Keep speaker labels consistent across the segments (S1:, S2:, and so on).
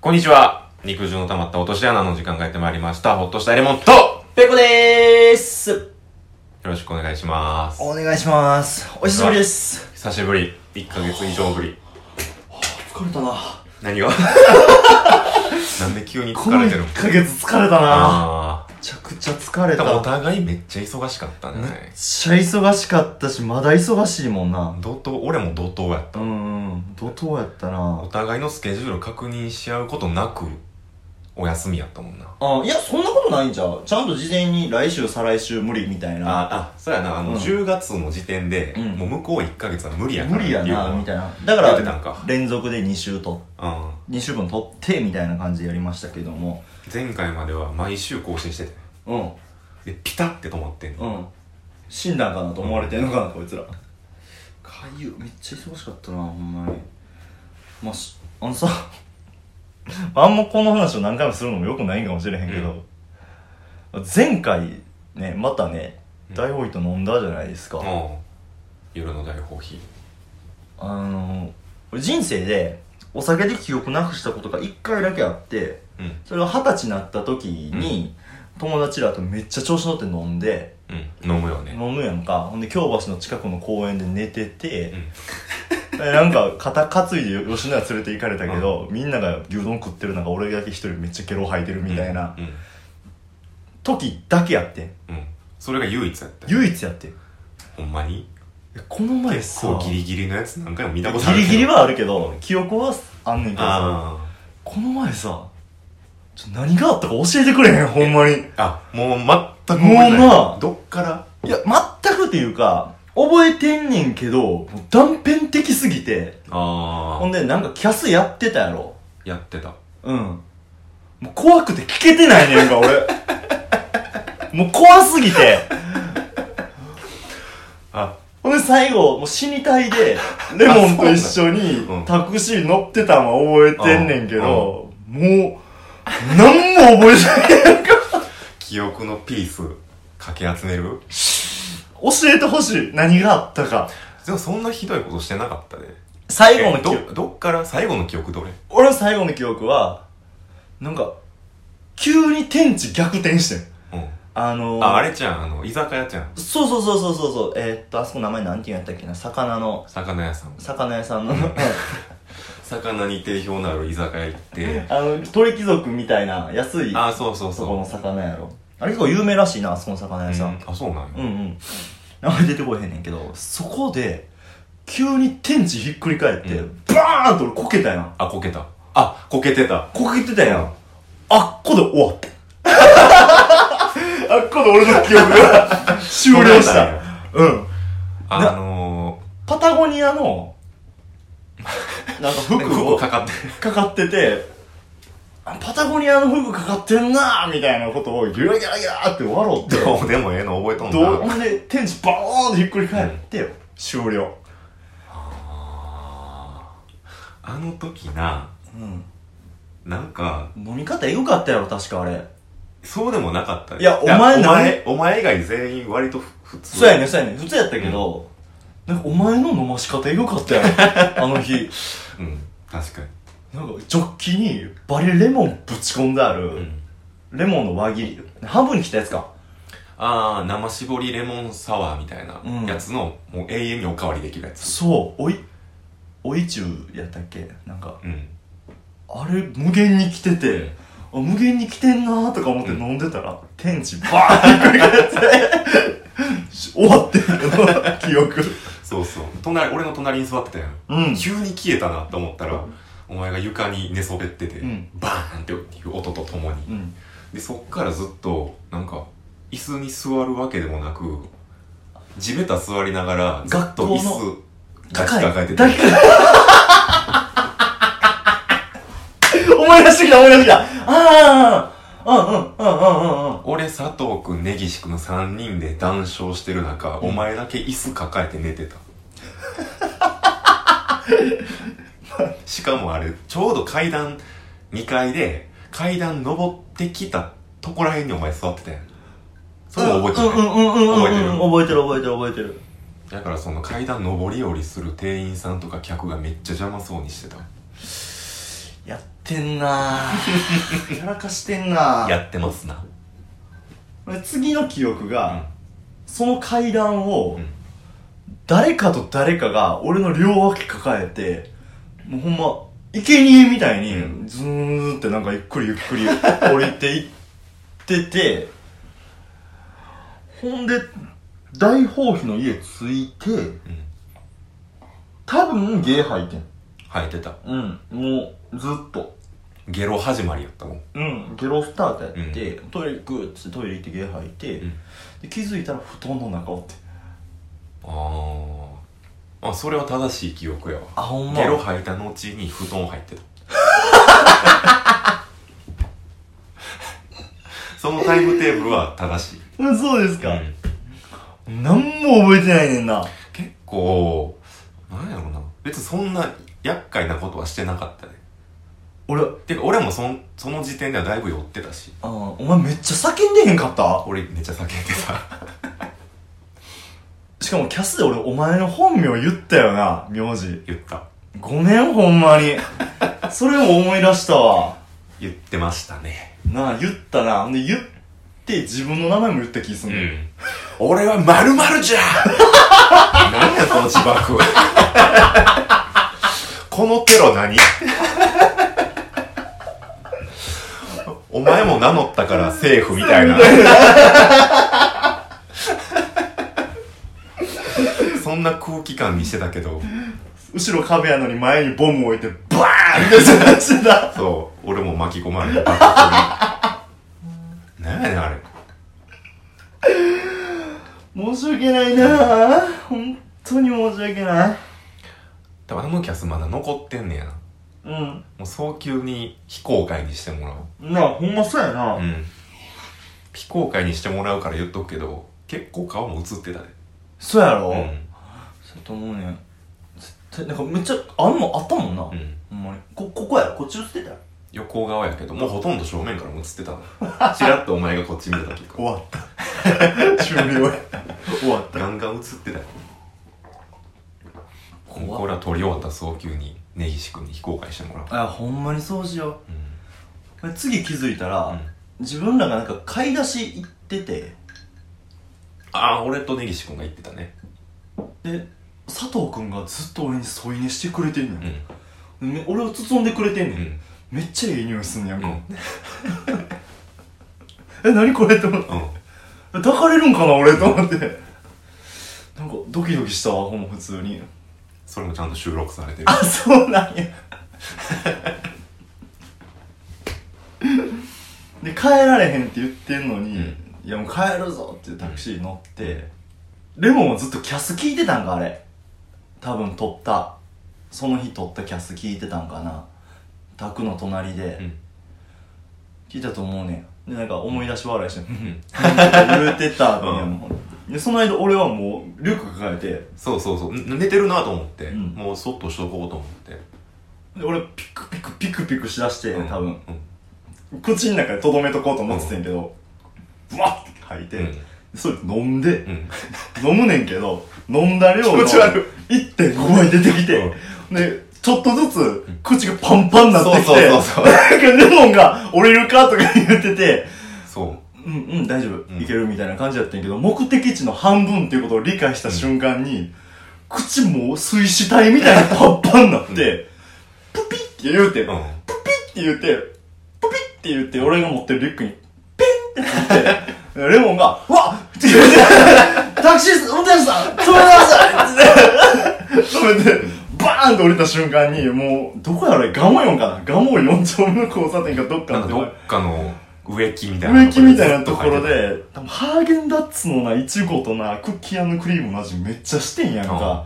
S1: こんにちは。肉汁の溜まった落とし穴の時間がやってまいりました。ほっとしたエレモンとよ
S2: ペコでーす
S1: ろしくお願いします。
S2: お願いします。お久しぶりです。
S1: 久しぶり。1ヶ月以上ぶ り。
S2: 疲れたな。
S1: 何が なんで急に
S2: こ
S1: 疲
S2: の
S1: れてるの
S2: 1ヶ月疲れたな。
S1: あ
S2: めちゃくちゃ疲れ
S1: ー。多分お
S2: た。
S1: 互いめっちゃ忙しかった
S2: めっ
S1: ね。
S2: ちゃ忙しかったし、まだ忙しいもんな。
S1: 同等、俺も同等やった。
S2: うんうん。怒涛やった
S1: お
S2: な。
S1: 互いのスケジュール確認し合うことなく、お休みやったもんな。
S2: あ、いや、そんなことないんじゃうちゃんと事前に来週、再来週無理みたいな。
S1: あ、あ、そうやな、あの、
S2: うん
S1: 10月の時点で、
S2: うん
S1: もう向こう1ヶ月は無理やから
S2: 無理やな、み
S1: い
S2: たいな。だか
S1: 言ってたん
S2: ら
S1: か、
S2: 連続で2週と、
S1: な。うん。
S2: 2週分取って、みたいな感じでやりましたけども。
S1: 前回までは毎週更新してて。
S2: うん。
S1: で、ピタって止まってんの。
S2: うん。死んだんかなと思われてんのかな、こいつら。かゆめっちゃ忙しかったな、ほんまに。まあ、しあのさ、 あんまこの話を何回もするのもよくないんかもしれへんけど、前回ね、またね、
S1: うん
S2: 大ホイと飲んだじゃないですか。
S1: うん。夜の大コーヒ
S2: あの、俺人生でお酒で記憶なくしたことが一回だけあって、
S1: ー。うん。
S2: それが二十歳になった時に、友達らとめっちゃ調子乗って飲んで、
S1: うん。飲むよね。
S2: 飲むやんかほんで京橋の近くの公園で寝てて
S1: う、ん。
S2: でなんか肩担いで吉野家連れて行かれたけど、みんなが牛丼食ってる中俺だけ一人めっちゃゲロ吐いてるみたいな
S1: うん。
S2: 時だけやってん
S1: うん。それが唯一やったよ。
S2: 唯一やってん
S1: ほんまに
S2: えこの前
S1: 結
S2: さ
S1: 構ギリギリのやつ何回も見たことあ
S2: ギ
S1: るけど。
S2: リギリ
S1: は
S2: はあるけど記憶はあんねんけどさ
S1: あ
S2: この前さちょ何があったか教えてくれへんほんまに
S1: あ。あ、もう全く
S2: もうな
S1: どっから
S2: いや全くっていうか覚えてんねんけどもう断片的すぎて
S1: あ
S2: ほんでなんかキャスやってたやろ
S1: あ。やってた。
S2: うん。もう怖くて聞けてないねん か、俺。もう怖すぎて。
S1: あ、
S2: ほんで最後、もう死にたいで、 レモンと一緒に
S1: うん
S2: タクシー乗ってたんは覚えてんねんけど、もう、なんも覚えてない。
S1: 記憶のピース、かき集める
S2: 教えてほしい。何があったか。
S1: でもそんなひどいことしてなかったで。
S2: 最後の記
S1: え
S2: 憶。
S1: ど、どっから最後の記憶どれ
S2: 俺の最後の記憶は、なんか、急に天地逆転してん。
S1: うん。
S2: あのー、
S1: あ、あれちゃん、あの、居酒屋ちゃん。
S2: そうそうそうそうそうそう。えー、っと、あそこ名前なんていうんやったっけな魚の。
S1: 魚屋さん。
S2: 魚屋 さんの
S1: 魚に定評のある居酒屋行って。
S2: あの鳥貴族みたいな安い
S1: あ、そうそう
S2: そ
S1: そう。
S2: この魚やろあれ結構有名らしいなあそこの魚屋さ
S1: うんん、あ、そうなん
S2: う
S1: や。
S2: ん、うん名前出てこえへんねんけどそこで急に天地ひっくり返って、
S1: うん
S2: バーンと俺こけたやん
S1: あ、こけた。あ、こけてた。
S2: こけてたやんあっこで終わ ったあっこで俺の記憶 が終了し
S1: そんなん
S2: た
S1: や
S2: うん
S1: あ
S2: な
S1: の
S2: パタゴニアのなんか
S1: ー、
S2: 服を
S1: 服かか って
S2: かかってて、あパタゴニアの服かかってんなーみたいなことをギラギラギラーって笑って、
S1: る。どうでもええの覚えとん
S2: どう
S1: な。
S2: ほんで天地バーンってひっくり返って、終了。
S1: あの時な、
S2: うん。
S1: なんか、
S2: 飲み方エグかったやろ、確かあれ。
S1: そうでもなかったで
S2: いやお前
S1: お
S2: な
S1: 前、お前以外全員割とふ普通。
S2: そうやね、。そうやね。普通やったけど、なんかお前の飲まし方エグかったや ろ、あの日。
S1: うん、確かに。
S2: なんかジョッキにバリレモンぶち込んであ
S1: う
S2: る、
S1: ん。
S2: レモンの輪切り。半分に切ったやつか。
S1: あー、生絞りレモンサワーみたいな
S2: うん
S1: やつの、もう永遠におかわりできるやつ。
S2: そう、おい、おいちゅうやったっけなんか。
S1: うん。
S2: あれ無限に来てて、あ無限に来てんなーとか思って
S1: うん
S2: 飲んでたら、天地バーンってやって し終わってんの記憶
S1: そうそう。隣、俺の隣に座ってたやん。
S2: うん
S1: 急に消えたなと思ったら、お前が床に寝そべってて、
S2: うん
S1: バーンっていう音とともに。
S2: うん
S1: で、そっからずっと、なんか、椅子に座るわけでもなく、地べた座りながら、ずっと椅子、ガチ抱えてて。
S2: だけ思い出して きた思い出してきたああ
S1: 俺、佐藤くん、根岸くんの3人で談笑してる中、お前だけ椅子抱えて寝て た。しかもあれ、ちょうど階段2階で、階段登ってきたとこら辺にお前座ってたやん。それも覚えて
S2: う
S1: る、
S2: んうんうんうんうんうんうん
S1: 覚
S2: 覚えてる覚えてる覚えてる
S1: だからその階段登り降りする店員さんとか客がめっちゃ邪魔そうにしてた。
S2: やってんな ぁやらかしてんなぁ
S1: やってますな
S2: 俺次の記憶
S1: う
S2: が、
S1: ん
S2: その階段を、
S1: うん
S2: 誰かと誰かが俺の両脇抱えてもうほんま生贄みたいに
S1: う
S2: ズーンってなんかゆっくりゆっくり降りていっててほんで大宝妃の家着いて
S1: うん
S2: 多分芸履いてん
S1: 生えてた
S2: うんもうずっと
S1: ゲロ始まりやったもん
S2: うんゲロスタートやって、トイレ行くっつってトイレ行って芸履いて、
S1: うん
S2: で気づいたら布団の中おって
S1: あーあそれは正しい記憶やわ
S2: あほんま
S1: ゲロ吐いた後に布団入ってた そのタイムテーブルは正しい、
S2: うん そうです
S1: う
S2: か、
S1: ん
S2: なんも覚えてないねんな。
S1: 結構なんやろな別にそんな厄介なことはしてなかったね
S2: 俺、あ
S1: てか俺もそんその時点ではだいぶ酔ってたし
S2: ーお前めっちゃ叫んでへんかった
S1: 俺めっちゃ叫んでた
S2: しかもキャスで俺お前の本名言ったよな、名字。
S1: 言った
S2: ごめん、ほんま に。それも思い出したわ。
S1: 言ってましたね
S2: なあ、言ったな。ほんで、言って自分の名前も言った気すん
S1: う
S2: ね、ん。
S1: ん俺はまるじゃ何やこの自爆 このテロ何 お前も名乗ったからセーフみたいな そんな空気感にしてたけど
S2: 後ろ壁やのに前にボム置いて、バーンってなってた。
S1: そう俺も巻き込まれた爆風に 何やねんあれ
S2: 申し訳ないなぁ。本当に申し訳ない。
S1: 多分あのキャスまだ残ってんねやな
S2: うん。
S1: もう早急に非公開にしてもらおう
S2: なあ、ほんまそうやな。
S1: うん非公開にしてもらうから言っとくけど結構顔も映ってたで
S2: そうやろ、
S1: う
S2: そうやと思うねん。絶対、なんかめっちゃ、あんのあったもんな。
S1: ん、うん、
S2: ほんまにこここやろこっち映ってたよ
S1: 横顔やけどもうほとんど正面からも映ってたなちらっとお前がこっち見た時
S2: 終わった 終了終わっ
S1: ガンガン映ってたよもうこれは撮り終わったら早急に根岸君に非公開してもらおう、
S2: あほんまにそうしよ
S1: うん
S2: う次気づいたら、
S1: うん
S2: 自分らがなんか買い出し行ってて
S1: ああ俺と根岸君が言ってたね
S2: で佐藤君がずっと俺に添い寝してくれてん
S1: う
S2: ね
S1: ん
S2: ん、め俺を包んでくれてんね、
S1: うんん
S2: めっちゃいい匂いすんねやん
S1: う
S2: か、
S1: ん
S2: え何これって思って
S1: うん
S2: 抱かれるんかな俺と思ってなんかドキドキしたわほんま普通に
S1: それもちゃんと収録されてる
S2: あそうなんやで帰られへんって言ってんのに、
S1: うん
S2: いやもう帰るぞっていうタクシー乗って、レモンはずっとキャス聞いてたんかあれ多分撮ったその日撮ったキャス聞いてたんかな宅の隣で、
S1: うん
S2: 聞いたと思うねんでなんか思い出し笑いして「うん
S1: ん」
S2: 言うてたって、
S1: うん
S2: いやもうでその間俺はもうリュック抱えて
S1: そうそうそうん寝てるなと思って、
S2: うん
S1: もうそっとしとこうと思って、
S2: で俺ピクピクピクピクしだして、
S1: うん
S2: 多分
S1: うん
S2: 口の中でとどめとこうと思ってたんやけど、ブワッて吐いて、
S1: うん
S2: それ飲んで、
S1: うん
S2: 飲むねんけど、飲んだ量
S1: 気
S2: が
S1: 持ち悪
S2: 1.5倍出てきて、で、ちょっとずつ口がパンパンになってきて、
S1: そうそうそうそう
S2: なんかレモンが折れるかとか言ってて、
S1: そう
S2: うんうん大丈夫、
S1: うん
S2: いけるみたいな感じだったんやけど、目的地の半分っていうことを理解した瞬間に、口もう水死体みたいにパンパンになって、プピって言うて、
S1: うん
S2: プピって言って、プピって言って、俺が持ってるリュックに、ピンってなって、 レモンが、うわっって言って、タクシー運転手さん、止めてくださいって言って止めて、バーンって降りた瞬間に、もう、どこやろガモンかなガモン4丁目の交差点かどっか
S1: なん
S2: の
S1: か
S2: と
S1: ど
S2: こ
S1: っかの植木みたいな
S2: 植木みたいなとこ
S1: ず
S2: ろ
S1: っ入って
S2: で、多分ハーゲンダッツのな、イチゴとな、クッキークリームの味めっちゃしてんやんか。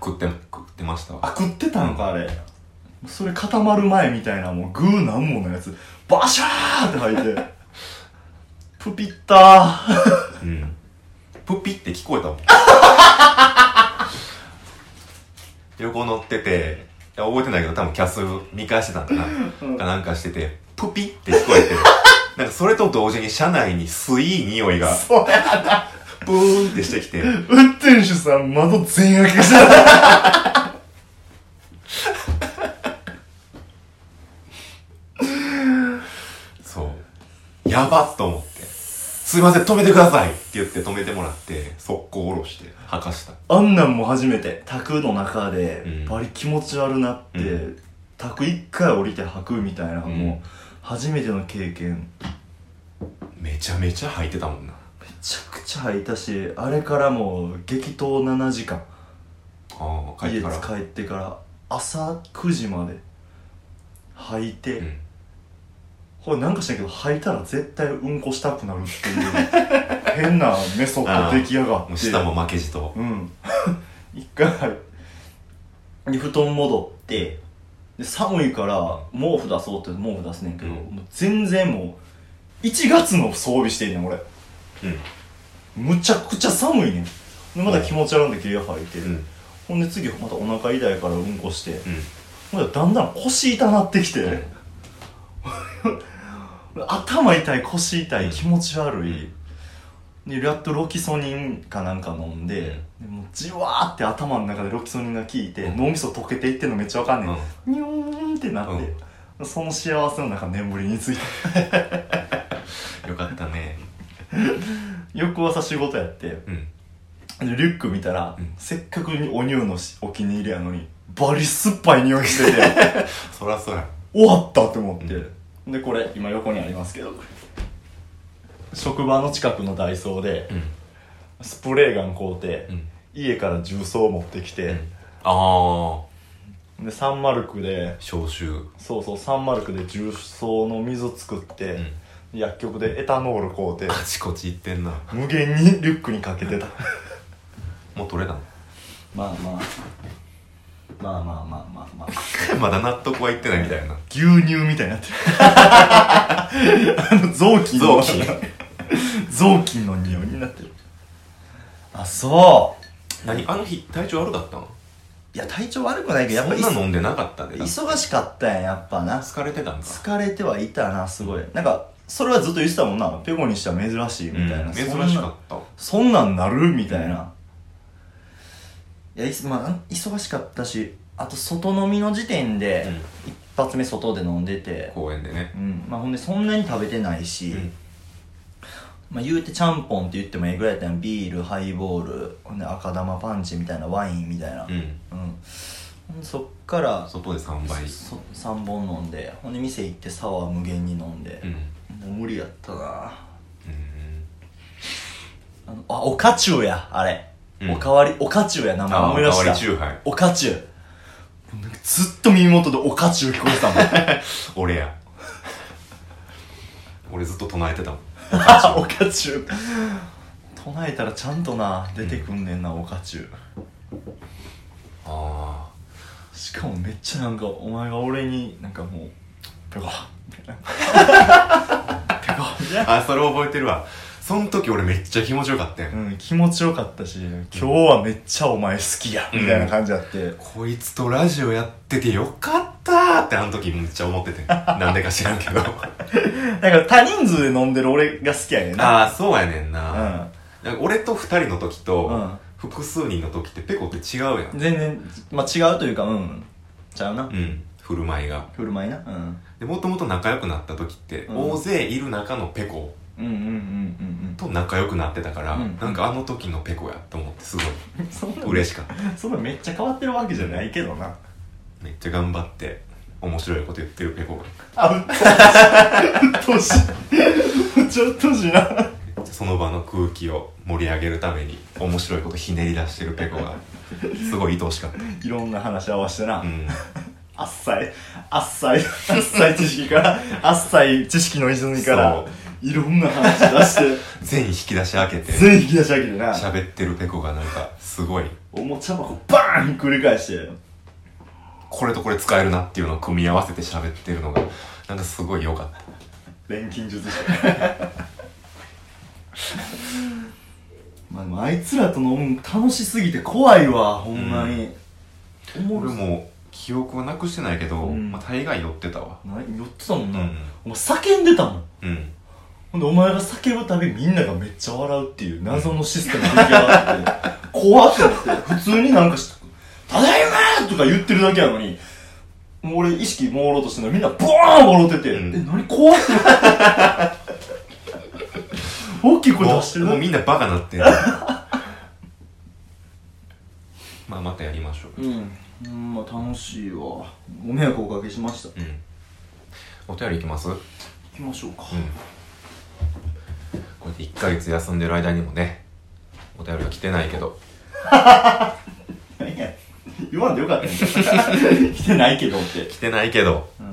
S1: た食って食ってましたわ
S2: あ、食ってたのか、あれ。それ固まる前みたいな、もうグーなんものやつ、バシャーって吐いて、 プピッター。
S1: うんプピって聞こえたもん横乗ってていや覚えてないけど多分キャス見返してたんかな、かなんかしててプピって聞こえてなんかそれと同時に車内にすいい匂いが
S2: そうやな。
S1: プーンってしてきて
S2: 運転手さん、窓全開けしてた。
S1: やばっと思って、すいません、止めてくださいって言って止めてもらって、速攻下ろして、吐かした。
S2: あんなんも初めて卓の中で
S1: うん
S2: バリ気持ち悪なって、
S1: う
S2: 卓一回降りて吐くみたいなの
S1: う
S2: も初めての経験
S1: めちゃめちゃ吐いてたもんな。
S2: めちゃくちゃ吐いたしあれからもう激闘7時間
S1: ああ、帰って
S2: 家
S1: から。
S2: 帰ってから朝9時まで吐いて、
S1: うん
S2: これなんかしないけど吐いたら絶対うんこしたくなるっていう変なメソッド出来上がっ
S1: も
S2: て
S1: う舌も負けじと。
S2: うん 一回入るで布団戻ってで寒いから毛布出そうって毛布出すねんけ
S1: う
S2: ど、
S1: ん
S2: もう全然もう1月の装備してんねん俺
S1: うん。
S2: むちゃくちゃ寒いねんでまだ気持ち悪いんで毛が生えて
S1: う
S2: る、
S1: ん。
S2: ほんで次またお腹痛いからうんこして
S1: うん。
S2: ほんでだんだん腰痛なってきて、
S1: うん
S2: 頭痛い腰痛
S1: うん
S2: い気持ち悪い、でやっとロキソニンかなんか飲んで,、でもうじわーって頭の中でロキソニンが効いて、
S1: うん
S2: 脳みそ溶けていってんのめっちゃわかんね
S1: うん
S2: ん、ニューンってなって、その幸せの中眠りについて
S1: よかったね。
S2: 翌朝仕事やってで
S1: うん。
S2: リュック見たら、
S1: うん
S2: せっかくにお乳のしお気に入りやのにバリ酸っぱい匂いして て
S1: そらそら。
S2: 終わったって思って、
S1: う
S2: でこれ今横にありますけど職場の近くのダイソーで、
S1: うん。
S2: スプレーガン買うて、
S1: うん。
S2: 家から重曹持ってきて、
S1: ああ、
S2: でサンマルクで
S1: 消臭。
S2: そうそうサンマルクで重曹の水作って、
S1: うん。
S2: 薬局でエタノール買 うて
S1: あちこち行ってんな。
S2: 無限にリュックにかけてた
S1: もう取れたの
S2: まあまあまあまあまあまあまあ
S1: まだ納得はいってないみたいな。
S2: 牛乳みたいになってる あの雑巾の
S1: 雑 巾
S2: 雑巾の匂いになってるあそう
S1: 何あの日、体調悪かったの
S2: いや体調悪くないけどやっ
S1: そ
S2: ぱ
S1: ん
S2: い
S1: な飲んでなかったで。
S2: 忙しかったんややっぱな
S1: 疲れてたんか。
S2: 疲れてはいたなすごいなんかそれはずっと言ってたもんなペコにしては珍しいみたいな、
S1: うん
S2: そ
S1: 珍
S2: んな
S1: しかった。
S2: そんなんなるみたいな、いやいすまあ忙しかったしあと外飲みの時点で、一発目外で飲んでて
S1: 公園でね。
S2: うんまあほんでそんなに食べてないし、まあ言うてちゃんぽんって言ってもええぐらいやったやんビールハイボールほんで赤玉パンチみたいなワインみたいな
S1: うん。
S2: うん、ほんでそっから
S1: 外で3倍。
S2: そ3本飲んでほんで店行ってサワー無限に飲んで
S1: う、ん。
S2: もう無理やった
S1: う
S2: な
S1: ん。
S2: あのあおかちゅうやあれ、
S1: うん
S2: おかわりおかちゅうや名前
S1: あ、お
S2: 思い
S1: か
S2: 出し
S1: わり
S2: た
S1: チューハイ。
S2: おかちゅうなんかずっと耳元でおかちゅう聞こえてたもん
S1: 俺 や。俺ずっと唱えてたもん。
S2: あおかちゅう唱えたらちゃんとな出てくんねんな、おかちゅう
S1: あ
S2: しかもめっちゃなんかお前が俺になんかもうペコみたいなペコみたいな
S1: あ。あ、それ覚えてるわ。その時俺めっちゃ気持ちよかったよ。
S2: うん、気持ちよかったし、今日はめっちゃお前好きや、
S1: うん
S2: みたいな感じあって、
S1: こいつとラジオやっててよかったーってあの時めっちゃ思 ってて。なんでか知らんけ ど。
S2: なんか他人数で飲んでる俺が好きやねんな。
S1: ああ、そうやねん
S2: う
S1: な。
S2: ん。
S1: なんか俺と二人の時
S2: う
S1: と、
S2: ん。
S1: 複数人の時ってペコって違うやん。
S2: 全然、まあ、違うというか、うん。ちゃうな。
S1: うん。振る舞いが。
S2: 振る舞いな。うん。
S1: で、もともと仲良くなった時って、
S2: うん
S1: 大勢いる中のペコ
S2: うんうんうん
S1: と仲良くなってたから、
S2: うん
S1: なんかあの時のペコやと思って すごい
S2: うんうん。そんな、
S1: 嬉しかった。
S2: そんなめっちゃ変わってるわけじゃないけどな。
S1: めっちゃ頑張って、面白いこと言ってるペコが。
S2: あ、うっとうしい。うっとうしい。うっとうしいな。
S1: その場の空気を盛り上げるために面白いことひねり出してるペコがすごい愛おしかった
S2: いろんな話合わせてな。
S1: うん
S2: あっさい、あっさい、あっさい知識から、あっさい知識の泉から
S1: そう、
S2: いろんな話 出して、
S1: 全引き出し開けて
S2: 全員引き出し上げてな、
S1: 喋ってるペコがなんかすごい
S2: おもちゃ箱バーン繰り返して、
S1: これとこれ使えるなっていうのを組み合わせて喋ってるのがなんかすごい良かった
S2: 錬金術師。 まあでもあいつらと飲むの楽しすぎて怖いわ、ほんまに。おも
S1: 俺
S2: ろい。
S1: も記憶はなくしてないけど、
S2: うん
S1: まあ、大概酔ってたわ
S2: な酔ってたもん
S1: う
S2: な。
S1: ん
S2: お前叫んでたもん。
S1: うん
S2: ほんでお前が叫ぶたびみんながめっちゃ笑うっていう謎のシステムが出来上がって、怖ってなって、普通になんかし、ただいまーとか言ってるだけやのに、もう俺意識朦朧としてるのにみんなボーン笑ってて、
S1: うん
S2: え、何怖い大きい声
S1: も
S2: 出して
S1: う
S2: るな
S1: もうみんなバカなってん まあまたやりましょう
S2: うんうんまあ楽しいわご迷惑をおかけしました行
S1: うんお便りいきますうん
S2: きましょうか、
S1: こうやって1ヶ月休んでる間にもねお便りが来てないけど
S2: 何や言わんでよかったん だ来てないけどって、
S1: 来てないけど
S2: うん、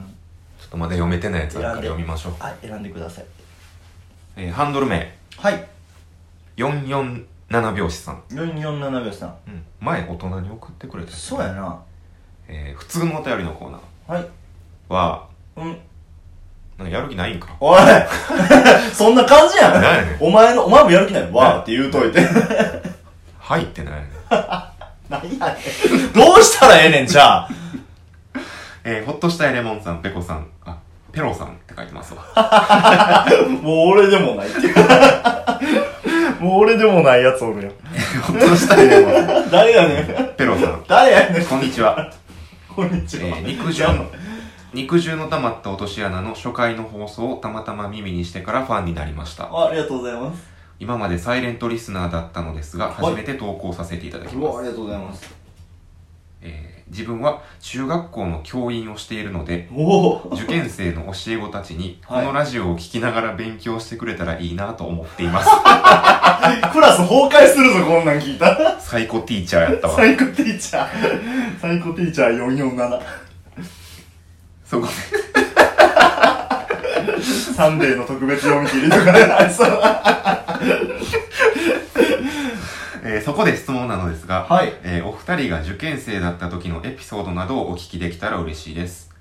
S1: ちょっとまだ読めてないやつあるから
S2: 選んで
S1: 読みましょう、
S2: はい選んでください
S1: えーハンドル名
S2: はい
S1: 447拍子さん、
S2: 447秒さん
S1: うん、前大人に送ってくれた
S2: そうやな
S1: えー普通のお便りのコーナー
S2: はい
S1: は
S2: うん
S1: なんかやる気ないんか
S2: おい そんな感じやん
S1: なんやねん
S2: お前のお前もやる気ないわーって言うといて
S1: はいってないねん
S2: 何やねんどうしたらええねんじゃあ
S1: えー、ほっとしたいレモンさん、ペコさん、あ、ペロさんって書いてます わ。
S2: もう俺でもないっていう もう俺でもないやつおるやん
S1: ほっとしたいレモンさ
S2: 誰やねん
S1: ん、ペロさん、
S2: 誰やねん
S1: こんにちは。
S2: こんに ち
S1: え
S2: は、
S1: ー、肉汁の、肉汁の溜まった落とし穴の初回の放送をたまたま耳にしてからファンになりました。
S2: あありがとうございます
S1: 今までサイレントリスナーだったのですが、
S2: はい
S1: 初めて投稿させていただき
S2: うわ
S1: ま
S2: あ
S1: す。
S2: りがとうございます
S1: えー、自分は中学校の教員をしているの で、
S2: おお
S1: 受験生の教え子たちに、こ
S2: はい
S1: のラジオを聞きながら勉強してくれたらいいなと思ってい ます。
S2: クラス崩壊するぞこんなん聞いたら
S1: サイコティーチャーやったわ。
S2: サイコティーチャーサイコティーチャー
S1: そこで
S2: 4473サンデーの特別読み切りとかねあいつは
S1: えーそこで質問なのですが、
S2: はい
S1: えーお二人が受験生だった時のエピソードなどをお聞きできたら嬉しいです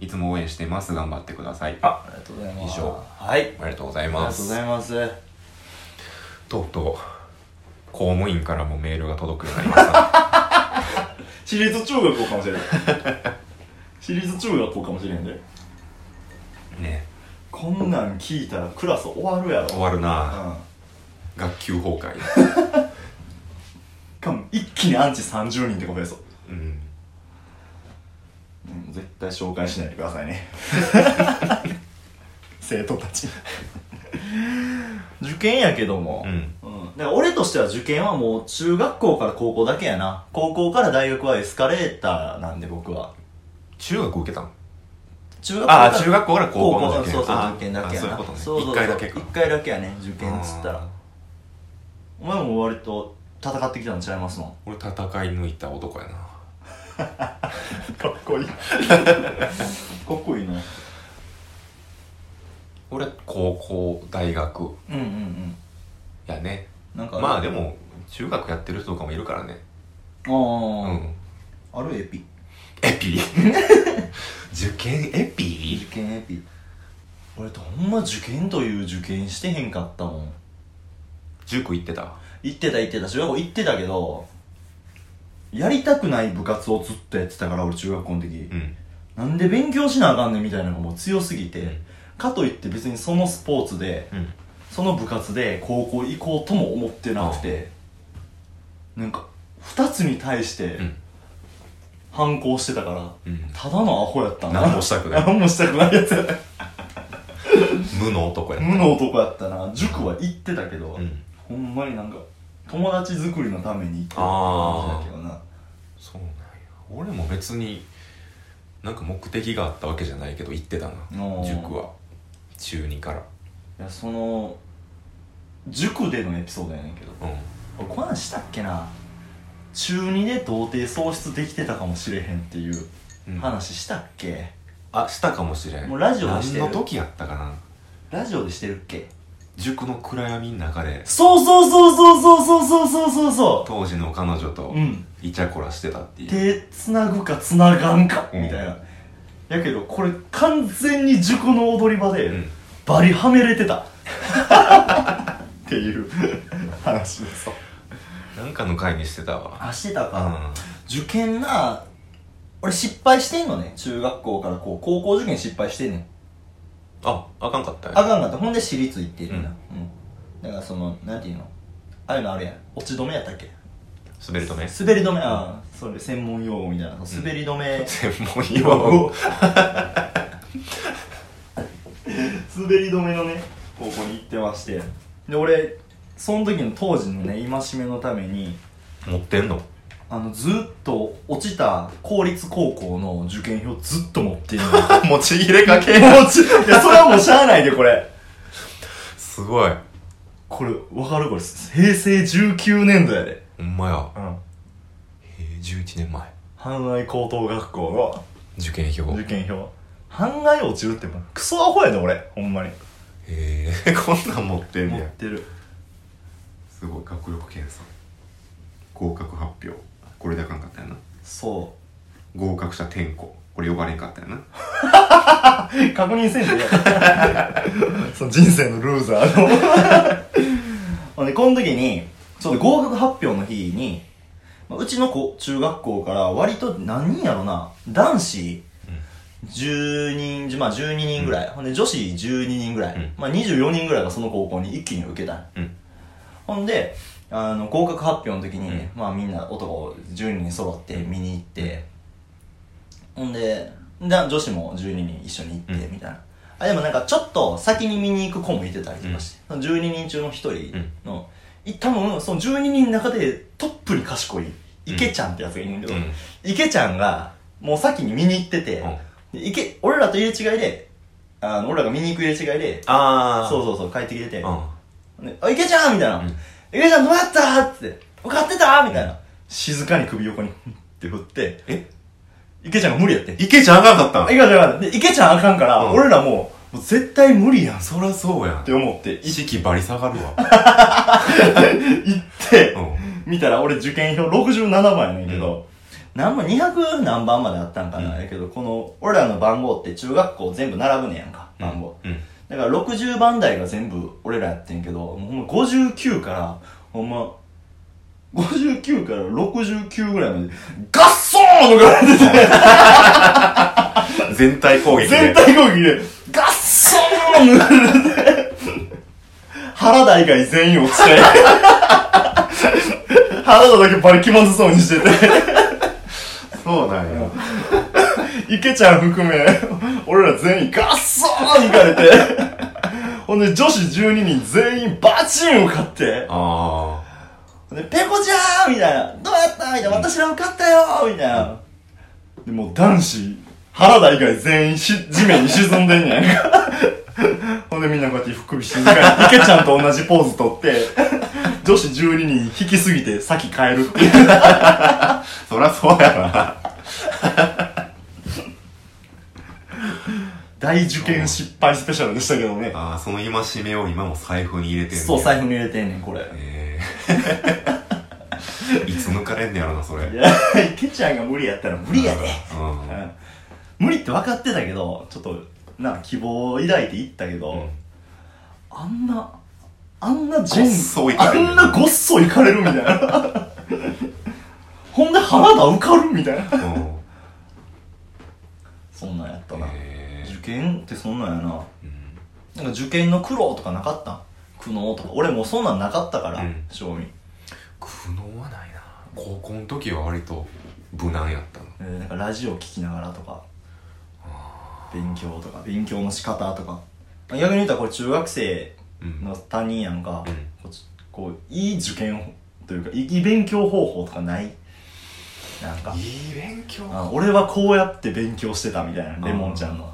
S1: いつも応援してます頑張ってくださいあ
S2: ありがとうござい
S1: ます
S2: 以上はいあり
S1: りがとうござい
S2: が
S1: ま
S2: と
S1: す
S2: うございます
S1: とうとう公務員からもメールが届くようになりま した、
S2: 私立中学校かもしれない私立中学校かもしれんで
S1: ね、ね
S2: こんなん聞いたらクラス終わるやろ
S1: 終わるな
S2: うん
S1: 学級崩 壊
S2: かも一気にアンチ30人ってことやぞ
S1: うん
S2: うん絶対紹介しないでください ね生徒たち受験やけども
S1: う、ん
S2: うんだから俺としては受験はもう中学校から高校だけやな高校から大学はエスカレーターなんで僕は
S1: 中学受けたの
S2: 中学
S1: ああ中学校から高
S2: 高
S1: 校
S2: 校
S1: まで
S2: から
S1: 受け
S2: そうそう
S1: あー
S2: 受験だけや
S1: あそ
S2: な
S1: ういうことね
S2: そうそうそう
S1: 一回だけか
S2: 一回だけやね受験っつった
S1: あー
S2: らお前も割と戦ってきたのちゃいますも ん
S1: 俺戦い抜いた男やな
S2: かっこいい かっこいいな
S1: 俺高校大学
S2: うんうんうん
S1: やね
S2: なんかる
S1: まあでも中学やってる人とかもいるからね
S2: ああ、
S1: うん
S2: あるエピ
S1: エピ受験エピ
S2: 受験エピ俺とほんま受験という受験してへんかったもん
S1: 塾行ってた
S2: 行ってた行ってた中学校行ってたけどやりたくない部活をずっとやってたから俺中学校の時、
S1: うん
S2: なんで勉強しなあかんねんみたいなのがもう強すぎて、
S1: うん
S2: かといって別にそのスポーツで
S1: うん
S2: その部活で高校行こうとも思ってなくてなんか2つに対して
S1: うん
S2: 反抗してたから、
S1: うん
S2: ただのアホやったな
S1: 何もしたくない
S2: 何もしたくないやつやった
S1: 無の男や
S2: 無の男やったな塾は行ってたけど、
S1: うん
S2: ほんまになんか友達作りのために行ってた
S1: あー
S2: 感じだけどな
S1: そうなんや俺も別になんか目的があったわけじゃないけど行ってたな
S2: おー
S1: 塾は中2から
S2: いやその塾でのエピソードやねんけど
S1: うん
S2: 俺こんなんしたっけな中2で童貞喪失できてたかもしれへんっていう
S1: うん
S2: 話したっけ、
S1: あしたかもしれん
S2: もうラジオでしてる
S1: 何の時やったかな
S2: ラジオでしてるっけ
S1: 塾の暗闇の中で
S2: そうそうそうそうそうそうそうそうそうそ
S1: 当時の彼女と
S2: ううん
S1: イチャコラしてたっていう
S2: 手つなぐかつながんか
S1: うん
S2: みたいな、やけどこれ完全に塾の踊り場で、
S1: うん
S2: バリはめれてたっていう話です
S1: なんかの回にしてたわ
S2: あしてた
S1: う
S2: か、
S1: ん
S2: 受験な俺失敗してんのね中学校からこう高校受験失敗してんねん
S1: ああかんかった
S2: あ
S1: よ
S2: かんかったほんで私立行ってるな、うんだからそのなんていうのああいうのあるやん落ち止めやったっけ
S1: 滑り止 め
S2: 滑り止めああそれ専門用語みたいな滑り 止め、
S1: 専門用語
S2: 滑り止めのね高校に行ってましてでで俺その時の当時のね戒めのために
S1: 持ってんの
S2: あのずっと落ちた公立高校の受験票ずっと持っている
S1: 持ち入れかけ
S2: 持ちいやそれはもうしゃあないでこれ
S1: すごい
S2: これわかるこれ平成19年度やで
S1: ほんまや
S2: うん
S1: えー11年前
S2: 阪愛高等学校
S1: 受験票
S2: の受験票阪愛落ちるってもうクソアホやで俺ほんまに
S1: ええ こんなん持ってん
S2: 持
S1: ね
S2: っ
S1: や
S2: てる
S1: すごい学力検査合格発表これであかんかったやな
S2: そ
S1: 合格者転校これ呼ばれんかったやな
S2: う 確認せんでいいよ その人生のルーザーのほんでこの時にちょっと合格発表の日にまあうちの子中学校から割と何人やろな男子10人、まあ、12人ぐらい、ほんで女子12人ぐらい、
S1: うん
S2: まあ、24人ぐらいがその高校に一気に受けたんや
S1: うん
S2: ほんで、あの、合格発表の時に、
S1: うん
S2: まあみんな男10人揃って見に行って、ほんで、で女子も12人一緒に行って、
S1: うん
S2: みたいな。あ、でもなんかちょっと先に見に行く子もいてたりとかして、その12人中の1人の、い多分その12人の中でトップに賢い、池ちゃんってやつがいるんだけど、
S1: うん
S2: 池ちゃんが、もう先に見に行ってて、
S1: うん
S2: で池、俺らと入れ違いで、あの、俺らが見に行く入れ違いで、
S1: あ
S2: そう
S1: う
S2: そうそう、帰ってきてて、
S1: ん
S2: ねあ、池ちゃんみたいな。
S1: うん
S2: 池ちゃんどうやったって。受かってたみたいな。静かに首横に、ふんって振って、
S1: え
S2: 池ちゃんが無理やって。池
S1: 池ちゃんあかんかったん
S2: ちゃんが、で池ちゃんあかんから、
S1: うん
S2: 俺らもう、もう絶対無理やん、そっ
S1: そりゃそうやん
S2: て思って、い
S1: 意
S2: 行
S1: 識バリ下がるわ
S2: って
S1: う、ん
S2: 見たら俺受験票67番やねんけど、なんも200何番まであったんかな、
S1: うん
S2: やけど、この、俺らの番号って中学校全部並ぶねやんか、番号。
S1: うん
S2: だから60番台が全部俺らやってんけど、もうほんま59から、ほんま、59から69ぐらいまで、ガッソーンとかやって
S1: 全体攻撃
S2: て、
S1: で
S2: 全体攻撃で、ガッソーンとかやってて、原田以外全員落ちて、 原田だけバリ気まずそうにしてて、
S1: そうなんや
S2: 池ちゃん含め、俺ら全員ガッソーンいかれて、ほんで女子12人全員バチン受かって、
S1: あ
S2: で、ペコちゃんみたいな、どうやったみたいな、私ら受かったよみたいな。で、もう男子、原田以外全員し、地面に沈んでん ねやんか。ほんでみんなこうやって首静かに、池ちゃんと同じポーズとって、女子12人引きすぎて先帰るっていう。
S1: あそりゃそうやな
S2: 大受験失敗スペシャルでしたけどね。
S1: ああその戒めを今も財布に入れてんねや
S2: そう、財布に入れてんねん、これ。
S1: ええいつ抜かれんねやろなそれ
S2: いや、池ちゃんが無理やったら無理やで。
S1: うん
S2: うん無理って分かってたけど、ちょっと、な、希望を抱いていったけど、
S1: うん
S2: あんな、あんな
S1: ごっそいかれる
S2: あんなごっそいかれるみたいな。 ほんで腹が浮かるみたいな。
S1: うん
S2: そんなんやったな。
S1: え
S2: 受験ってそんなんやな。
S1: えうん
S2: なんか受験の苦労とかなかったん苦悩とか。俺もうそんなんなかったから
S1: うん、
S2: 正味。
S1: 苦悩はないな高校の時は割と無難やったの
S2: えーなんかラジオ聞きながらとか、勉強とか、勉強の仕方とか。逆に言うたらこれ中学生
S1: うん
S2: の担任やんか、
S1: うん
S2: こっちこういい受験というかいいい勉強方法とかないなんか
S1: いい勉強
S2: あ俺はこうやって勉強してたみたいなレモンちゃんの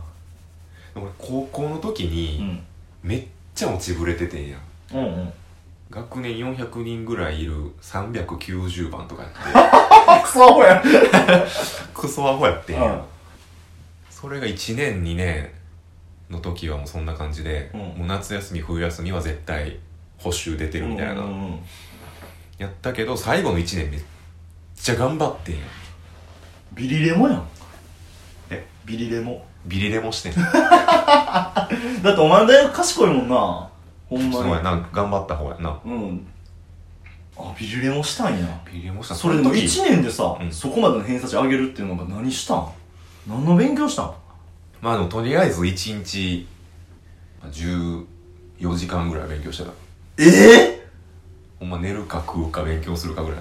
S1: 俺高校の時
S2: う
S1: に
S2: ん
S1: めっちゃ落ちぶれててんやん
S2: うんうん
S1: 学年400人ぐらいいる390番とかやって
S2: あクソアホや
S1: クソアホやってんや
S2: うん
S1: んそれが1年2年の時はもうそんな感じで、
S2: うん
S1: もう夏休み冬休みは絶対補習出てるみたいな、
S2: うんうんうん
S1: やったけど最後の1年めっちゃ頑張ってんやん
S2: ビリレモやん
S1: え
S2: ビリレモ
S1: ビリレもしてん
S2: だってお前の大学賢いもんなほん
S1: そう
S2: ま
S1: や
S2: に
S1: な頑張った方やな
S2: うんあビリレモしたんや
S1: ビリレもした
S2: それでも1
S1: 時
S2: 年でさ、
S1: うん
S2: そこまでの偏差値上げるっていうのが何したん何の勉強したん
S1: まあでもとりあえず1日まあ14時間ぐらい勉強してた
S2: ええ
S1: ほんま寝るか食うか勉強するかぐらい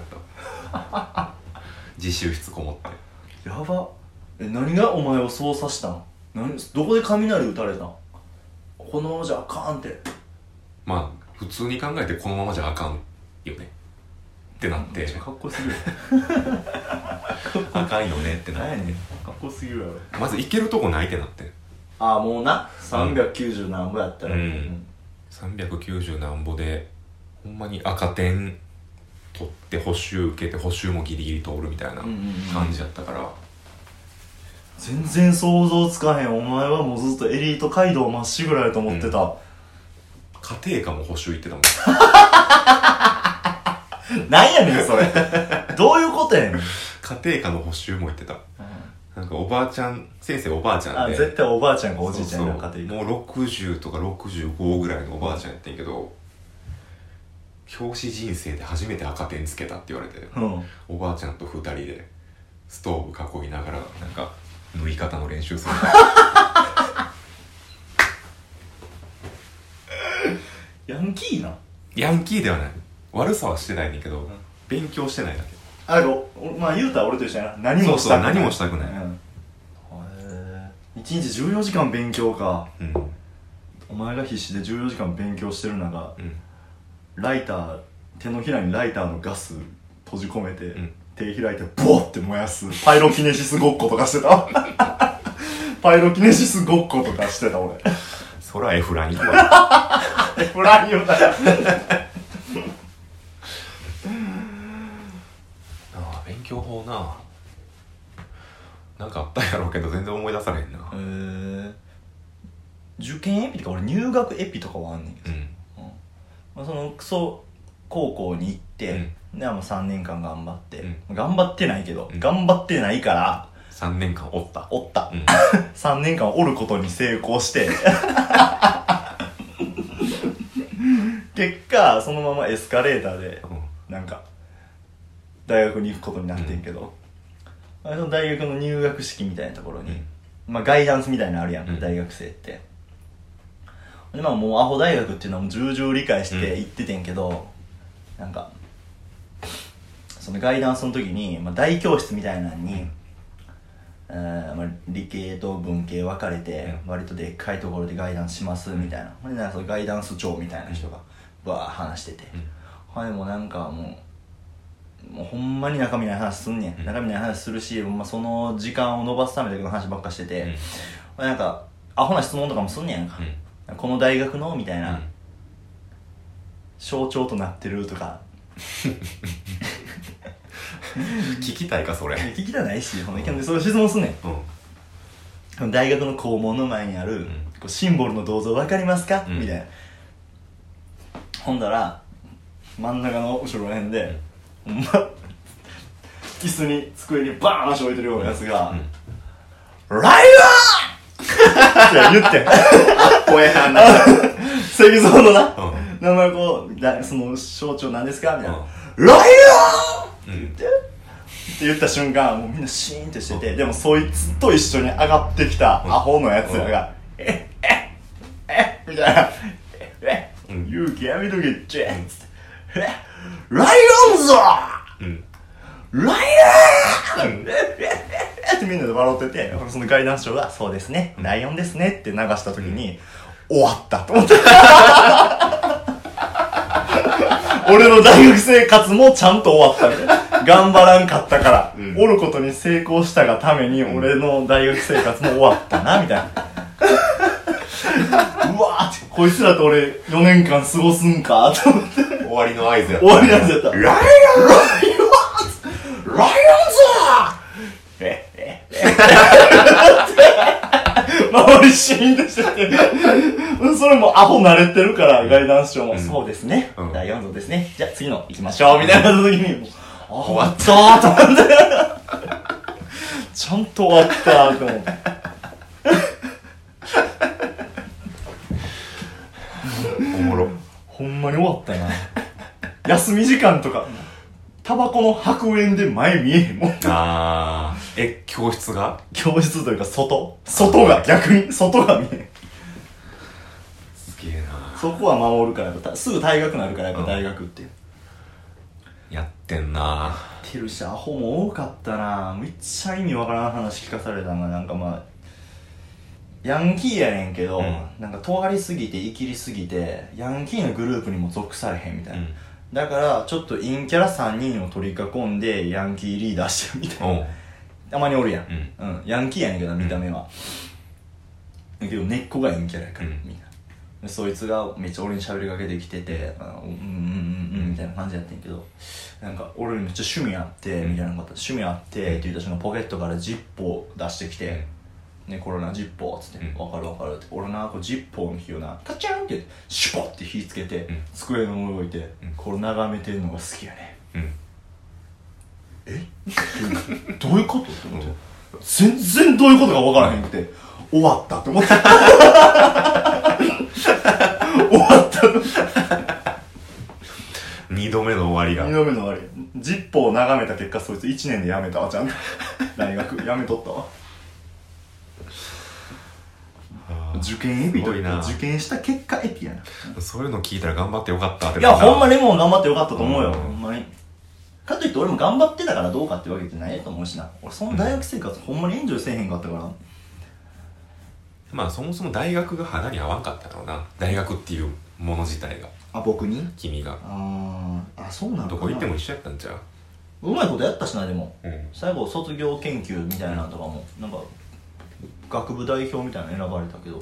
S1: だった 自習室こもって
S2: やばえ何がお前を操作したん何どこで雷打たれたんこのままじゃあかんって
S1: まあ普通に考えてこのままじゃあかんよねってなって
S2: めっちゃかっこ すぎる
S1: あかんよねってなって
S2: 何かっこすぎるやろ
S1: まず行けるとこないってなって
S2: ああもうな390何ぼやったら
S1: うん390何ぼでほんまに赤点取って補習受けて補習もギリギリ通るみたいな
S2: うんうんうん
S1: 感じだったから
S2: 全然想像つかへんお前はもうずっとエリート街道まっしぐらいと思ってた、
S1: 家庭科も補習行ってたもん
S2: なんやねん それどういうことやねん
S1: 家庭科の補習も行ってたなんかおばあちゃん先生おばあちゃ
S2: あ
S1: んで
S2: 絶対おばあちゃんがおじいちゃんの
S1: そう
S2: 家
S1: そう
S2: 庭
S1: もう60とか65ぐらいのおばあちゃんやってんけど教師人生で初めて赤点つけたって言われて
S2: 科うん
S1: おばあちゃんと2人でストーブ囲いながらなんか縫い方の練習 する
S2: ヤンキーな
S1: ヤンキーではない悪さはしてないねんけど、勉強してないだけ
S2: あのおまあ言うたら俺と一緒やな何もしたくな
S1: そうそ
S2: い
S1: う何もしたくない
S2: うんへえ1日14時間勉強か
S1: うん
S2: お前が必死で14時間勉強してる中
S1: うん
S2: ライター手のひらにライターのガス閉じ込めて、
S1: ん
S2: 手開いてボーって燃やすパイロキネシスごっことかしてた パイロキネシスごっことかしてた俺
S1: そらエフライン行く わ
S2: フライオだよ
S1: ああ勉強法ななんかあったやろうけど全然思い出されへんな
S2: へえ受験エピとか俺入学エピとかはあんねんけど、
S1: うん
S2: まあ、そのクソ高校に行って、であもう3年間頑張って、
S1: う
S2: 頑張ってないけど、
S1: うん
S2: 頑張ってないから
S1: 3年間おった
S2: おった
S1: うん
S2: 3年間おることに成功して結果そのままエスカレーターで
S1: うん
S2: なんか大学に行くことになってんけど、あその大学の入学式みたいなところに、
S1: うん
S2: まあ、ガイダンスみたいなのあるやん、
S1: うん
S2: 大学生ってでまあもうアホ大学っていうのはもう重々理解して行っててんけど、なんかそのガイダンスの時に、まあ、大教室みたいなのに、えーまあ、理系と文系分かれて、割とでっかいところでガイダンスしますみたいな、ほんでなんかそのガイダンス長みたいな人がわー話してて、はいもうなんかもうもうほんまに中身ない話すんねん、
S1: うん
S2: 中身ない話するし、ほんまその時間を延ばすためだけの話ばっかしてて、
S1: うん
S2: まあなんかアホな質問とかもすんねやんか、この大学のみたいな、
S1: うん
S2: 象徴となってるとか
S1: 聞きたいかそれ
S2: いや聞きたないしその意見でそういう質問すんねん
S1: うん
S2: この大学の校門の前にある、
S1: ん
S2: こうシンボルの銅像分かりますか、
S1: うん
S2: みたいなほんだら真ん中の後ろらへんで、ほんま椅子に机にバーン足置いてるようなやつが
S1: うん
S2: 「ライダー!」って言ってん
S1: 声はな
S2: 石像のな、
S1: う
S2: 名前こうだその象徴なんですかみたいな「ライダー!」
S1: うん
S2: って言った瞬間もうみんなシーンってしててでもそいつと一緒に上がってきたアホのやつらが「えええみたいな「ええ
S1: うん
S2: 勇気やめとけっちゃ」っつって「えライオンぞ
S1: うん
S2: ライオン!え」ってみんなで笑っててそのガイダンス長が「そうですねライオンですね」って流した時に終わったと思って 俺の大学生活もちゃんと終わったみたいな頑張らんかったから、
S1: うん
S2: おることに成功したがために
S1: ん
S2: 俺の大学生活も終わったな みたいなうわーってこいつらと俺4年間過ごすんかと思って
S1: 終わりの合図や
S2: 終わりなんやった
S1: ライオン
S2: ライオンズえええ周りシーンでしててそれもアホ慣れてるからガイダンス長も、そうですね、
S1: うん
S2: ライオンズですねじゃあ次の行きましょうみたいな時にもうあ終
S1: わ
S2: ったーと思ってちゃんと終わったーと思って
S1: おもろ
S2: ほんまに終わったな休み時間とかタバコの白煙で前見えへんもん
S1: あーえ教室が
S2: 教室というか外外が逆に外が見えへん
S1: すげえな
S2: そこは守るからやっぱすぐ退学なるからやっぱ大学って、
S1: やってんな
S2: てるしアホも多かったなめっちゃ意味わからん話聞かされたななんかまあヤンキーやねんけど、
S1: うん
S2: なんか尖りすぎてイキりすぎてヤンキーのグループにも属されへんみたいな、
S1: うん
S2: だからちょっと陰キャラ3人を取り囲んでヤンキーリーダーしてるみたいな
S1: おう
S2: たまにおるやん、
S1: うん
S2: うん、ヤンキーやねんけどな見た目は、だけど根っこが陰キャラやから、
S1: うん
S2: みんなでそいつがめっちゃ俺に喋りかけてきてて「あうんうんうんうん」みたいな感じやってんけどなんか俺めっちゃ趣味あって、
S1: うん
S2: みたいなこと趣味あってって言った瞬間ポケットからジッポー出してきて「ねこれなジッポー」っつって
S1: うん
S2: 「わ、かるわかる」って「俺なこうジッポーの火をなカチャンってシュポって火つけて、
S1: ん
S2: 机の上置いて、
S1: うん
S2: これ眺めてるのが好きやね
S1: うん
S2: えどういうことって思って全然どういうことか分からへんくて終わったって思って終わった
S1: 二度目の終わ
S2: 二
S1: りが
S2: 度目の終わりジッポーを眺めた結果そいつ1年で辞めたわち ゃんと大学辞めとったわ
S1: あ
S2: 受験エピと
S1: すごいな
S2: 受験した結果エピやな
S1: ーそういうの聞いたら頑張ってよかったって
S2: いやほんま
S1: に
S2: レモン頑張ってよかったと思うよ
S1: うん
S2: ほんまにかといって俺も頑張ってたからどうかってわけじゃないと思うしな俺その大学生活ほんまにエンジョイせえへんかったから
S1: まあそもそも大学が花に合わんかったのな大学っていうもの自体が
S2: あ僕に
S1: 君が
S2: あーあそうなのかな
S1: どこ行っても一緒やったんちゃう
S2: うまいことやったしなでも
S1: うん
S2: 最後卒業研究みたいなのとかもなんか学部代表みたいなの選ばれたけど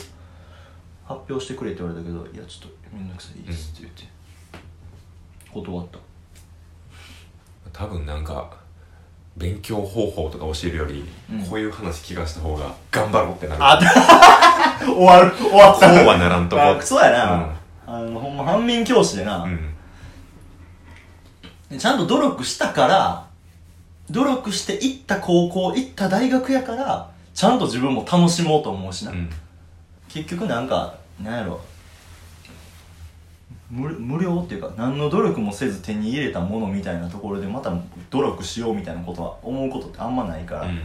S2: 発表してくれって言われたけどいやちょっとめんどくさいいいっすって言って断った
S1: 多分なんか勉強方法とか教えるより、
S2: うん
S1: こういう話聞かした方が頑張ろうってなる
S2: あ 終わる終わっ
S1: こ
S2: た
S1: うはならんとこ
S2: あクソやな、あのほんま反面教師でな
S1: う、ん
S2: でちゃんと努力したから努力していった高校行った大学やからちゃんと自分も楽しもうと思うし
S1: う
S2: な、
S1: ん
S2: 結局なんかなんやろ無無料っていうか何の努力もせず手に入れたものみたいなところでまた努力しようみたいなことは思うことってあんまないから、
S1: うん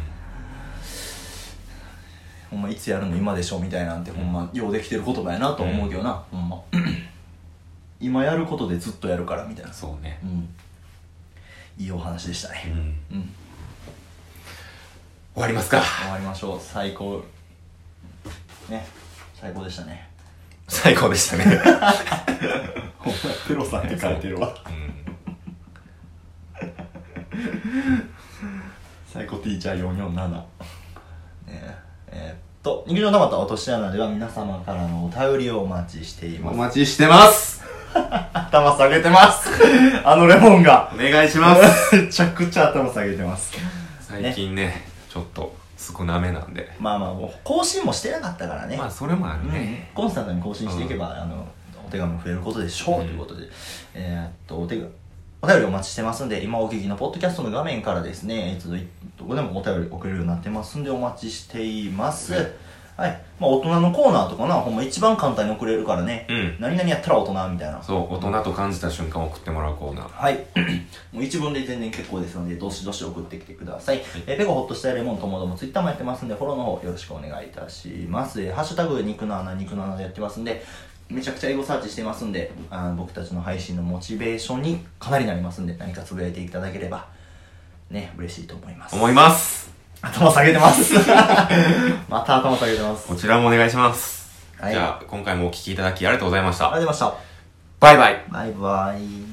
S2: ほんまいつやるの今でしょみたいなんてほんまようできてる言葉やなと思うけどな、ほんま今やることでずっとやるからみたいな
S1: そうね
S2: うんいいお話でした
S1: う
S2: ね
S1: ん
S2: うん、
S1: 終わりますか
S2: 終わりましょう最高ね最高でした ね
S1: 最高でしたね、
S2: ほんまプロさんって書いてるわ
S1: うん、
S2: サイコティーチャー447ねええーっと肉のたまった落とし穴では皆様からのお便りをお待ちしてい
S1: お
S2: ます
S1: 待ちしてます
S2: 頭下げてます あのレモンが
S1: お願いします
S2: めちゃくちゃ頭下げてます
S1: 最近ねちょっと少なめなんで
S2: まあまあもう更新もしてなかったからね、
S1: まあそれもあるね、
S2: コンスタントに更新していけば、あのお手紙も増えることでしょう、
S1: うん
S2: ということで、えーっとお手紙お便りお待ちしてますんで、今お聞きのポッドキャストの画面からですね、えーっとどこでもお便り送れるようになってますんで、お待ちしています。はい。まあ、大人のコーナーとかな、ほんま一番簡単に送れるからね、
S1: うん
S2: 何々やったら大人みたいな。
S1: そう大人と感じた瞬間送ってもらうコーナー
S2: はい。 もう一文で全然結構ですので、どしどし送ってきてください。えー、ペコホッとしたいレモンともどもツイッターもやってますんで、フォローの方よろしくお願いいたします。えーハッシュタグ、肉の穴、肉の穴でやってますんで、めちゃくちゃエゴサーチしてますんで、あー僕たちの配信のモチベーションにかなりなりますんで、何かつぶやいていただければ、ね、嬉しいと思います。
S1: 思います
S2: 頭下げてます。 また頭下げてます。
S1: こちらもお願いします、
S2: はい
S1: じゃあ今回もお聞きいただきありがとうございました
S2: ありがとうございまし
S1: バイバイ
S2: た。バイバイ。